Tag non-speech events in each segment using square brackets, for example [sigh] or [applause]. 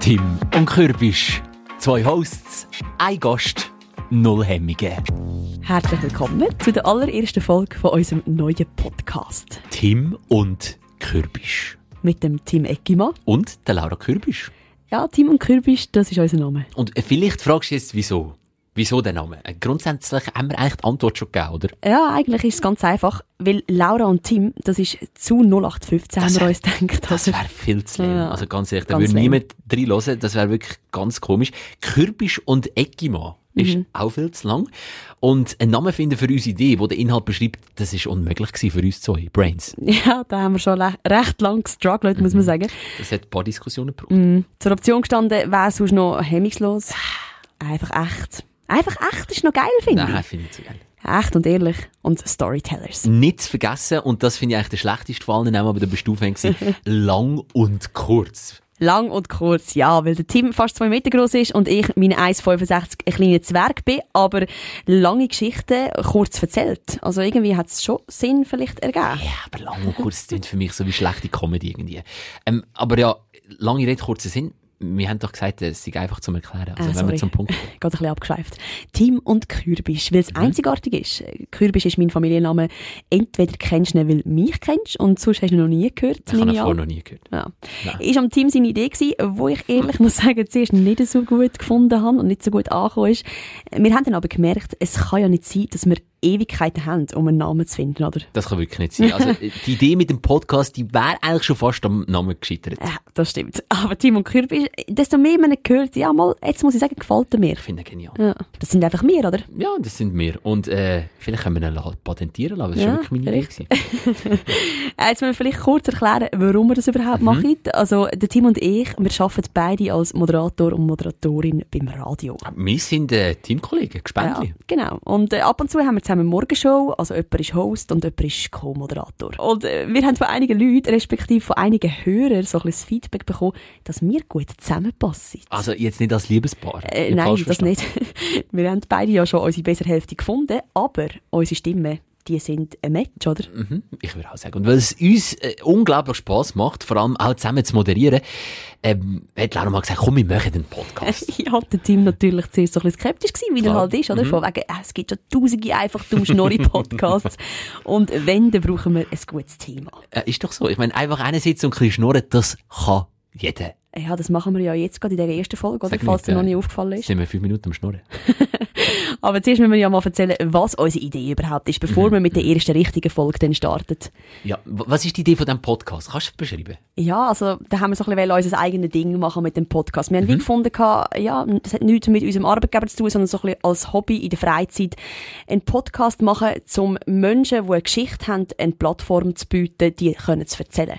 Tim und Kürbisch. Zwei Hosts, ein Gast, null Hemmige. Herzlich willkommen zu der allerersten Folge von unserem neuen Podcast Tim und Kürbisch. mit dem Team Eckima. Und der Laura Kürbisch. Ja, Team und Kürbisch, das ist unser Name. Und äh, vielleicht fragst du jetzt, wieso? Wieso der Name? Äh, Grundsätzlich haben wir eigentlich die Antwort schon gegeben, oder? Ja, eigentlich ist es ganz einfach, weil Laura und Tim, das ist zu 0815, Das haben wir wär- uns gedacht. Das Also, wäre viel zu lame. Ja, also ganz ehrlich, da ganz würde lame. niemand drin hören. Das wäre wirklich ganz komisch. Kürbisch und Eggima ist Mhm. auch viel zu lang. Und einen Namen finden für unsere Idee, der den Inhalt beschreibt, das ist unmöglich gewesen für uns zwei. Brains. [laughs] ja, da haben wir schon le- recht lang gestruggelt, muss man sagen. Das hat ein paar Diskussionen gebraucht. Zur Option gestanden, wäre sonst noch hemmungslos. Einfach echt. Einfach echt ist noch geil, finde Nein, finde ich zu geil. ich. Echt und ehrlich. Und Storytellers. Nicht zu vergessen, und das finde ich eigentlich der schlechteste Fall, Name, aber der bist du Fan [laughs] gewesen, lang und kurz. Lang und kurz, ja, weil der Tim fast zwei Meter groß ist und ich, mein 1,65, ein kleiner Zwerg bin, aber lange Geschichten kurz erzählt. Also irgendwie hat es schon Sinn vielleicht ergeben. Ja, aber lang und kurz klingt für mich so wie schlechte Comedy irgendwie. Ähm, aber ja, lange Rede, kurzer Sinn. Wir haben doch gesagt, es sei einfach zum Erklären. Also wenn Ah, wir sorry. zum Punkt Mhm. kommen. [laughs] Gerade ein bisschen abgeschweift. Tim und Kürbisch, weil es einzigartig ist. Kürbisch ist mein Familienname. Entweder kennst du ihn, weil du mich kennst und sonst hast du ihn noch nie gehört. Ich habe nehme ihn ich an. vorher noch nie gehört. Ja. Nein. Ist am Team seine Idee gewesen, wo ich ehrlich muss sagen, zuerst nicht so gut gefunden habe und nicht so gut angekommen ist. Wir haben dann aber gemerkt, es kann ja nicht sein, dass wir Ewigkeiten haben, um einen Namen zu finden, oder? Das kann wirklich nicht sein. [laughs] Also, äh, die Idee mit dem Podcast, die wäre eigentlich schon fast am Namen gescheitert. Ja, das stimmt. [laughs] Aber Team und Kürbisch, desto mehr man ihn gehört, ja mal, jetzt muss ich sagen, gefällt er mir. Ich finde ihn genial. Ja. Das sind einfach wir, oder? Ja, das sind wir. Und äh, vielleicht können wir ihn la- patentieren lassen. Das war Ja, schon wirklich meine Idee. gewesen. Äh, Jetzt müssen wir vielleicht kurz erklären, warum wir das überhaupt machen. Also, der Tim und ich, wir arbeiten beide als Moderator und Moderatorin beim Radio. Wir sind äh, Teamkollegen, Gespendli. Ja, genau. Und äh, ab und zu haben wir zusammen eine Morgenshow, also jemand ist Host und jemand ist Co-Moderator. Und äh, wir haben von einigen Leuten, respektive von einigen Hörern, so ein bisschen das Feedback bekommen, dass wir gut zusammenpassen. Also jetzt nicht als Liebespaar. Äh, Nicht nein, falsch das verstanden. nicht. [laughs] Wir haben beide ja schon unsere bessere Hälfte gefunden, aber unsere Stimmen, die sind ein [laughs] Match, oder? [laughs] Mhm, ich würde auch sagen. Und weil es uns äh, unglaublich Spass macht, vor allem auch zusammen zu moderieren, ähm, hat Laura mal gesagt, komm, wir machen einen [laughs] Podcast. Ich hatte dem Team natürlich zuerst so ein bisschen skeptisch gewesen, wie Klar. Mhm. er halt ist, oder? Von wegen, ah, es gibt schon tausende einfach [laughs] dumm Schnorri-Podcasts. und wenn, dann brauchen wir ein gutes Thema. äh, ist doch so. Ich meine, einfach einer sitzt und ein bisschen schnurren, das kann jeder. Ja, das machen wir ja jetzt gerade in der ersten Folge, oder? Sag Also, falls nicht, dir noch äh, nicht aufgefallen ist. Sind wir fünf Minuten am [laughs] Schnurren. Aber zuerst müssen wir ja mal erzählen, was unsere Idee überhaupt ist, bevor wir mit der ersten richtigen Folge dann startet. Ja, w- was ist die Idee von diesem Podcast? Kannst du es beschreiben? Ja, also da haben wir so ein bisschen wollen unser eigenes Ding machen mit dem Podcast. Wir haben wie gefunden, gehabt, ja, das hat nichts mit unserem Arbeitgeber zu tun, sondern so ein bisschen als Hobby in der Freizeit einen Podcast machen, um Menschen, die eine Geschichte haben, eine Plattform zu bieten, die können zu erzählen.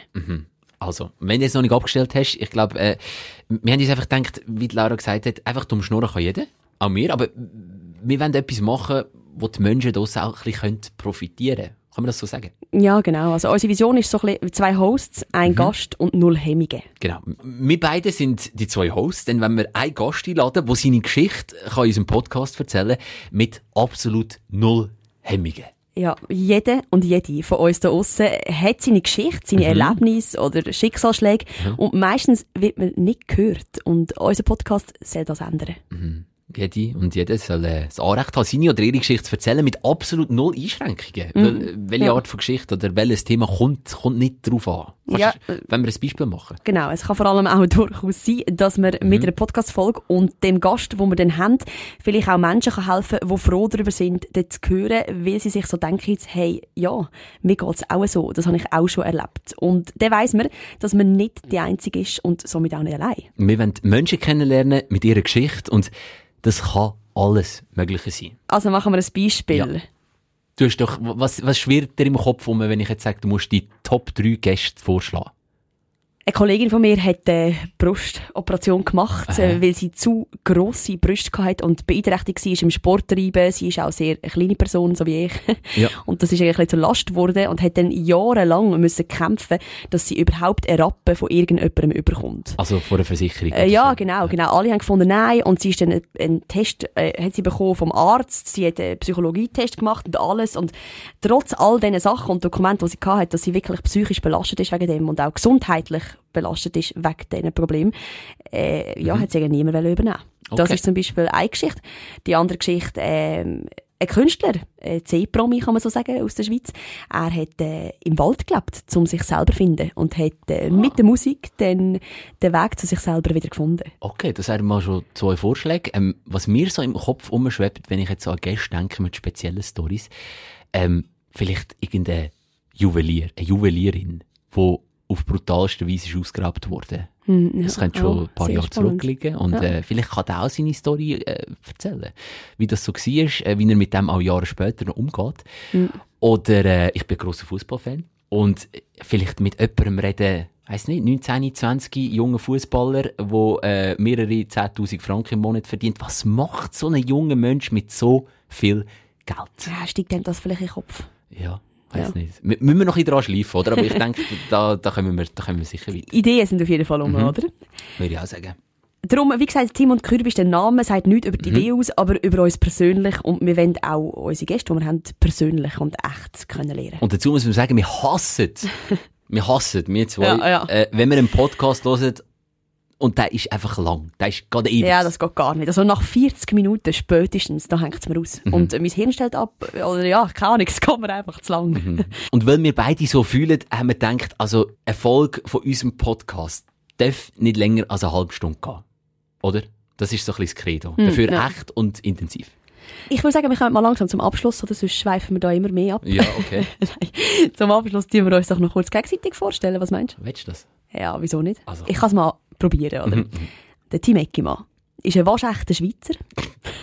Also, wenn du jetzt noch nicht abgestellt hast, ich glaube, äh, wir haben uns einfach gedacht, wie die Laura gesagt hat, einfach dumm schnurren kann jeder, auch wir, aber wir wollen etwas machen, wo die Menschen daraus auch ein bisschen können profitieren können. Kann man das so sagen? Ja, genau. Also unsere Vision ist so ein bisschen zwei Hosts, ein Gast und null Hemmige. Genau. M- Wir beide sind die zwei Hosts, denn wenn wir einen Gast einladen, der seine Geschichte kann in unserem Podcast erzählen mit absolut null Hemmungen. Ja, jeder und jede von uns da aussen hat seine Geschichte, seine Erlebnisse oder Schicksalsschläge und meistens wird man nicht gehört und unser Podcast soll das ändern. Jede und jeder soll äh, das Anrecht haben, seine oder ihre Geschichte zu erzählen mit absolut null Einschränkungen. Weil, äh, welche Mhm. Ja. Art von Geschichte oder welches Thema kommt, kommt nicht drauf an. Ja, äh, Kannst, Wenn wir ein Beispiel machen. Genau, es kann vor allem auch [laughs] durchaus sein, dass man mit einer Podcast-Folge und dem Gast, den wir dann haben, vielleicht auch Menschen kann helfen kann, die froh darüber sind, dort zu hören, weil sie sich so denken, jetzt, hey, ja, mir geht's auch so, das habe ich auch schon erlebt. Und dann weiss man, dass man nicht die Einzige ist und somit auch nicht allein. Wir wollen Menschen kennenlernen mit ihrer Geschichte und das kann alles Mögliche sein. Also machen wir ein Beispiel. Ja. Du hast doch, w- was, was schwirrt dir im Kopf um, wenn ich jetzt sage, du musst die Top 3 Gäste vorschlagen? Eine Kollegin von mir hat eine Brustoperation gemacht, äh, weil sie zu grosse Brüste hatte und beeinträchtigt war im Sporttreiben. Sie ist auch sehr eine kleine Person, so wie ich. [laughs] Ja. Und das ist ihr ein bisschen zur Last geworden und hat dann jahrelang müssen kämpfen, dass sie überhaupt eine Rappe von irgendjemandem überkommt. Also vor der Versicherung. Äh, ja, genau, genau. Alle haben gefunden, nein. Und sie ist dann äh, einen Test äh, hat sie bekommen vom Arzt. Sie hat einen Psychologietest gemacht und alles. Und trotz all diesen Sachen und Dokumenten, die sie hatte, dass sie wirklich psychisch belastet ist wegen dem und auch gesundheitlich belastet ist wegen diesen Problemen, äh, ja, hat es irgendwie niemand wollen übernehmen Das Okay. ist zum Beispiel eine Geschichte. Die andere Geschichte, ähm, ein Künstler, ein C-Promi kann man so sagen, aus der Schweiz, er hat äh, im Wald gelebt, um sich selber zu finden und hat äh, mit der Musik dann den Weg zu sich selber wieder gefunden. Okay, das wären mal schon zwei Vorschläge. Ähm, was mir so im Kopf umschwebt, wenn ich jetzt so an Gäste denke mit speziellen Stories, ähm, vielleicht irgendein Juwelier, eine Juwelierin, die auf brutalste Weise ist ausgeraubt wurde. Das könnte schon ein paar Hm, sehr Jahre spannend. zurückliegen. Und Ja. äh, vielleicht kann der auch seine Story äh, erzählen. Wie das so war, äh, wie er mit dem auch Jahre später noch umgeht. Mhm. Oder äh, ich bin grosser Fußballfan. Und äh, vielleicht mit jemandem reden, weiss nicht, 19, 20 junge Fußballer, wo äh, mehrere 10.000 Franken im Monat verdient. Was macht so ein junger Mensch mit so viel Geld? Ja, steigt einem das vielleicht in den Kopf? Ja, weiss Ja. nicht. M müssen wir noch ein bisschen dran schleifen, oder? [laughs] Aber ich denke, da, da, kommen wir, da kommen wir sicher weiter, Ideen sind auf jeden Fall Mhm. um, oder? würde ich auch sagen. Darum, wie gesagt, Tim und Kürbis, der Name sagt nichts über Mhm. die Idee aus, aber über uns persönlich. Und wir wollen auch unsere Gäste, die wir haben, persönlich und echt können lernen. Und dazu muss man sagen, wir [laughs] hassen es. Wir hassen, es, wir zwei, Ja, ja. Äh, wenn wir einen Podcast hören und der ist einfach lang. Der ist gerade ewig. Ja, das geht gar nicht. Also nach 40 Minuten spätestens, da hängt es mir aus. Mhm. Und mein Hirn stellt ab, oder ja, keine Ahnung, [laughs] es geht mir einfach zu lang. Mhm. Und weil wir beide so fühlen, haben wir gedacht, also eine Folge von unserem Podcast darf nicht länger als eine halbe Stunde gehen. Oder? Das ist so ein bisschen das Credo. Dafür Hm, ja. echt und intensiv. Ich würde sagen, wir kommen mal langsam zum Abschluss, oder sonst schweifen wir da immer mehr ab. Ja, okay. Zum Abschluss tun wir uns doch noch kurz gegenseitig vorstellen, was meinst [laughs] Willst du das? du? Ja, wieso nicht? Also. Ich kann es mal probieren, oder? Der Tim Eckimann ist ein waschechter Schweizer.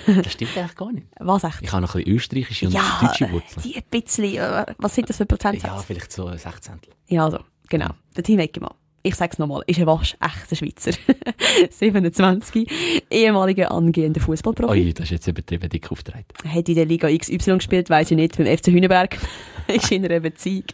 Das stimmt eigentlich gar nicht. Waschechter. Ich habe noch ein bisschen österreichische und Ja, deutsche Wurzeln. Die ein bisschen, äh, was sind das für Ja, Prozentsatz? vielleicht so ein Sechzehntel. Ja, also, genau. Der Team Eckemann. Ich sag's nochmal, ist ein wasch echter Schweizer. [laughs] 27, ehemaliger angehender Fußballprofi. Ui, das ist jetzt übertrieben dick aufgetragen. Hat in der Liga XY gespielt, weiß ich nicht, beim FC Hüneberg. [laughs] ist in einer Beziehung.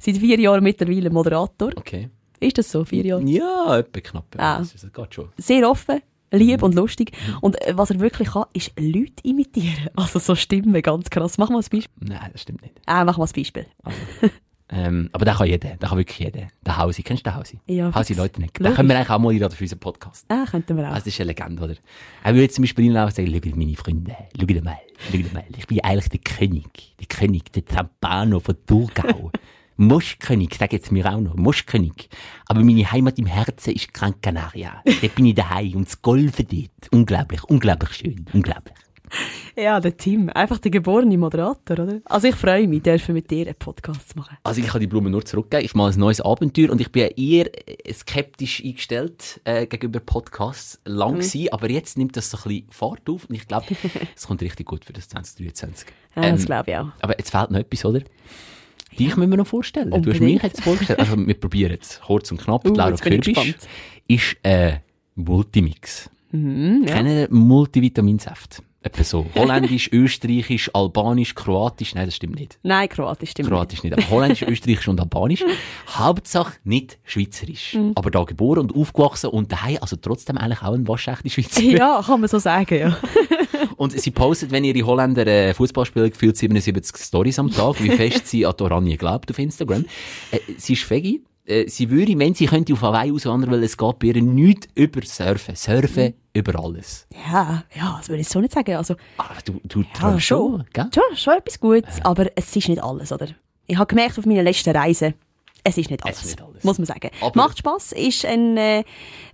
Seit vier Jahren mittlerweile Moderator. Okay. Ist das so? Vier Jahre? Ja, etwa knapp. Ah. Das ist- das geht schon. Sehr offen. Lieb und lustig. Und äh, was er wirklich kann, ist Leute imitieren. [laughs] Also so Stimmen, ganz krass. Mach mal ein Beispiel. Nein, das stimmt nicht. Ah, mach mal ein Beispiel. Ähm, aber da kann jeder, da kann wirklich jeder. Der Hausi, kennst du den Hausi? Ja, Hausi fix. Leute nicht. Da Logisch. können wir eigentlich auch mal einladen für unseren Podcast. Ah, könnten wir auch. Das ist eine Legende, oder? Er würde jetzt zum Beispiel hinlaufen und sagen, schau meine Freunde, schau mal, schau mal, ich bin eigentlich der König, der König, der Zampano von Thurgau. [laughs] Moschkönig, sag jetzt mir auch noch, Moschkönig. Aber meine Heimat im Herzen ist Gran Canaria. Dort bin ich daheim und das Golfen dort. Unglaublich, unglaublich schön, unglaublich. Ja, der Tim. Einfach der geborene Moderator, oder? Also ich freue mich, dürfen mit dir einen Podcast zu machen. Also ich kann die Blumen nur zurückgeben. Ich mache ein neues Abenteuer und ich bin eher äh, skeptisch eingestellt äh, gegenüber Podcasts Mhm. lang gewesen, aber jetzt nimmt das so ein bisschen Fahrt auf und ich [laughs] glaube, es kommt richtig gut für das 2023. Ja, Ähm, das glaube ich auch. aber jetzt fehlt noch etwas, oder? Dich müssen wir noch vorstellen. Du hast mich Unbedingt. jetzt vorgestellt. Also wir probieren es kurz und knapp. [laughs] Uh, Laura jetzt bin ich Kürbisch gespannt. ist äh, Multimix. Mhm, ja. Kennen Multivitaminsaft? Etwa [laughs] so. Holländisch, österreichisch, albanisch, kroatisch. Nein, das stimmt nicht. Nein, Kroatisch stimmt Kroatisch nicht, aber [laughs] Holländisch, Österreichisch und Albanisch. Hauptsache nicht Schweizerisch. Mhm. Aber da geboren und aufgewachsen und daheim, also trotzdem eigentlich auch ein waschechter Schweizer. nicht. Ja, kann man so sagen, ja. [laughs] Und sie postet, wenn ihre Holländer äh, Fußballspieler gefühlt 77 Stories am Tag, wie fest sie an die Oranje glaubt auf Instagram. Äh, sie ist Veggie. Äh, sie würde, wenn sie könnte, auf Hawaii auswandern, weil es geht bei ihr nichts über Surfen. Surfen über alles. [laughs] Ja, ja, das würde ich so nicht sagen. Also, Aber du, du ja, träumst schon. gell? Schon, schon etwas Gutes, aber es ist nicht alles, oder? Ich habe gemerkt auf meiner letzten Reise, es ist nicht alles, ist nicht alles. muss man sagen. Aber- Macht Spass, ist ein, äh,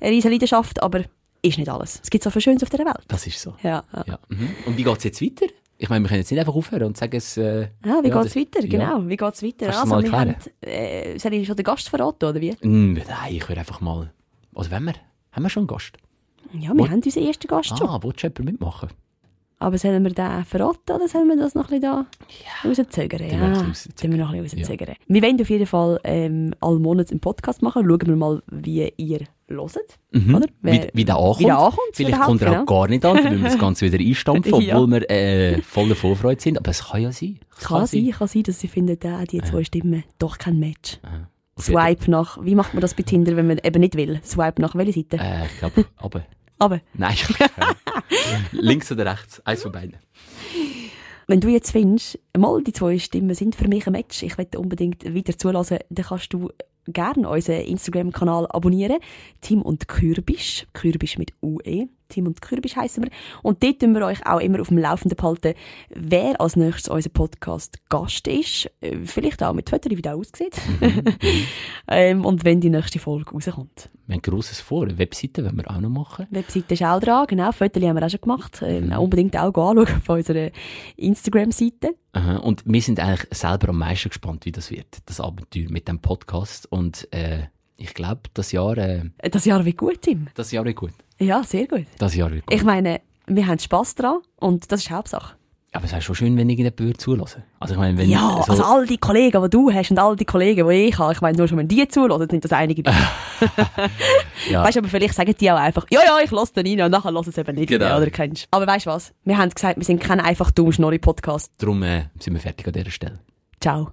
eine riesige Leidenschaft, aber ist nicht alles. Es gibt so viel Schönes auf der Welt. Das ist so. Ja, ja. Ja. Mhm. Und wie geht's jetzt weiter? Ich meine, wir können jetzt nicht einfach aufhören und sagen es... Äh, Ah, wie ja, geht's das- weiter? ja. Genau, wie geht's weiter? Kannst du das mal wir erklären? haben, äh, soll ich schon den Gast verraten, oder wie? Mm, Nein, ich würde einfach mal. Oder wenn wir? Haben wir schon einen Gast? Ja, wir haben unseren ersten Gast schon. Ah, willst du jemanden mitmachen? Aber sollen wir den verraten oder sollen wir das noch ein bisschen da rauszögern? wir Ja, das rauszögern. tun wir noch ein bisschen rauszögern. Wir wollen auf jeden Fall ähm, alle Monate einen Podcast machen. Schauen wir mal, wie ihr hört. Mhm. Oder? Wie, wie der ankommt? Mhm. wie der ankommt, Vielleicht überhaupt, kommt er auch genau. gar nicht an, dann müssen wir das Ganze wieder einstampfen, obwohl [laughs] Ja. wir äh, voller Vorfreude sind. Aber es kann ja sein. Es Kann sein, kann sein, dass sie finden, äh, die zwei Stimmen, doch kein Match. Swipe nach, wie macht man das bei Tinder, wenn man eben nicht will? Swipe nach welche Seite? Äh, ich glaube, aber. Aber Nein, ich [laughs] glaub, äh, Links oder rechts? Eins von beiden. wenn du jetzt findest, mal die zwei Stimmen sind für mich ein Match, ich will unbedingt wieder zulassen, dann kannst du gerne unseren Instagram-Kanal abonnieren. Tim und Kürbisch. Kürbisch mit UE. Tim und Kürbisch heißen wir. Und dort tun wir euch auch immer auf dem Laufenden behalten, wer als nächstes unser Podcast Gast ist. Äh, Vielleicht auch mit Fotos, wie der aussieht. [laughs] ähm, und wenn die nächste Folge rauskommt. Wir haben grosses Vor. Eine Webseite wollen wir auch noch machen. Webseite ist auch dran, genau. Fotos haben wir auch schon gemacht. Ähm, Unbedingt auch anschauen auf unserer Instagram-Seite. Aha. Und wir sind eigentlich selber am meisten gespannt, wie das wird, das Abenteuer mit dem Podcast. Und äh, ich glaube, das Jahr, äh, Äh, Das Jahr wird gut, Tim. das Jahr wird gut. Ja, sehr gut. Das Jahr wird gut. Ich meine, wir haben Spass dran und das ist Hauptsache. Aber es wäre schon schön, wenn irgendjemand würde zulassen. Also ich meine, wenn Ja, so, also all die Kollegen, die du hast und all die Kollegen, die ich habe, ich meine, nur schon, wenn die zuhören, sind das einige. ja, Weißt du, aber vielleicht sagen die auch einfach, ja, ja, ich lasse den rein und nachher lasse es eben nicht Genau. mehr, oder kennst Aber weißt du was? Wir haben gesagt, wir sind kein einfach dumm Schnorri-Podcast. darum äh, sind wir fertig an dieser Stelle. Ciao.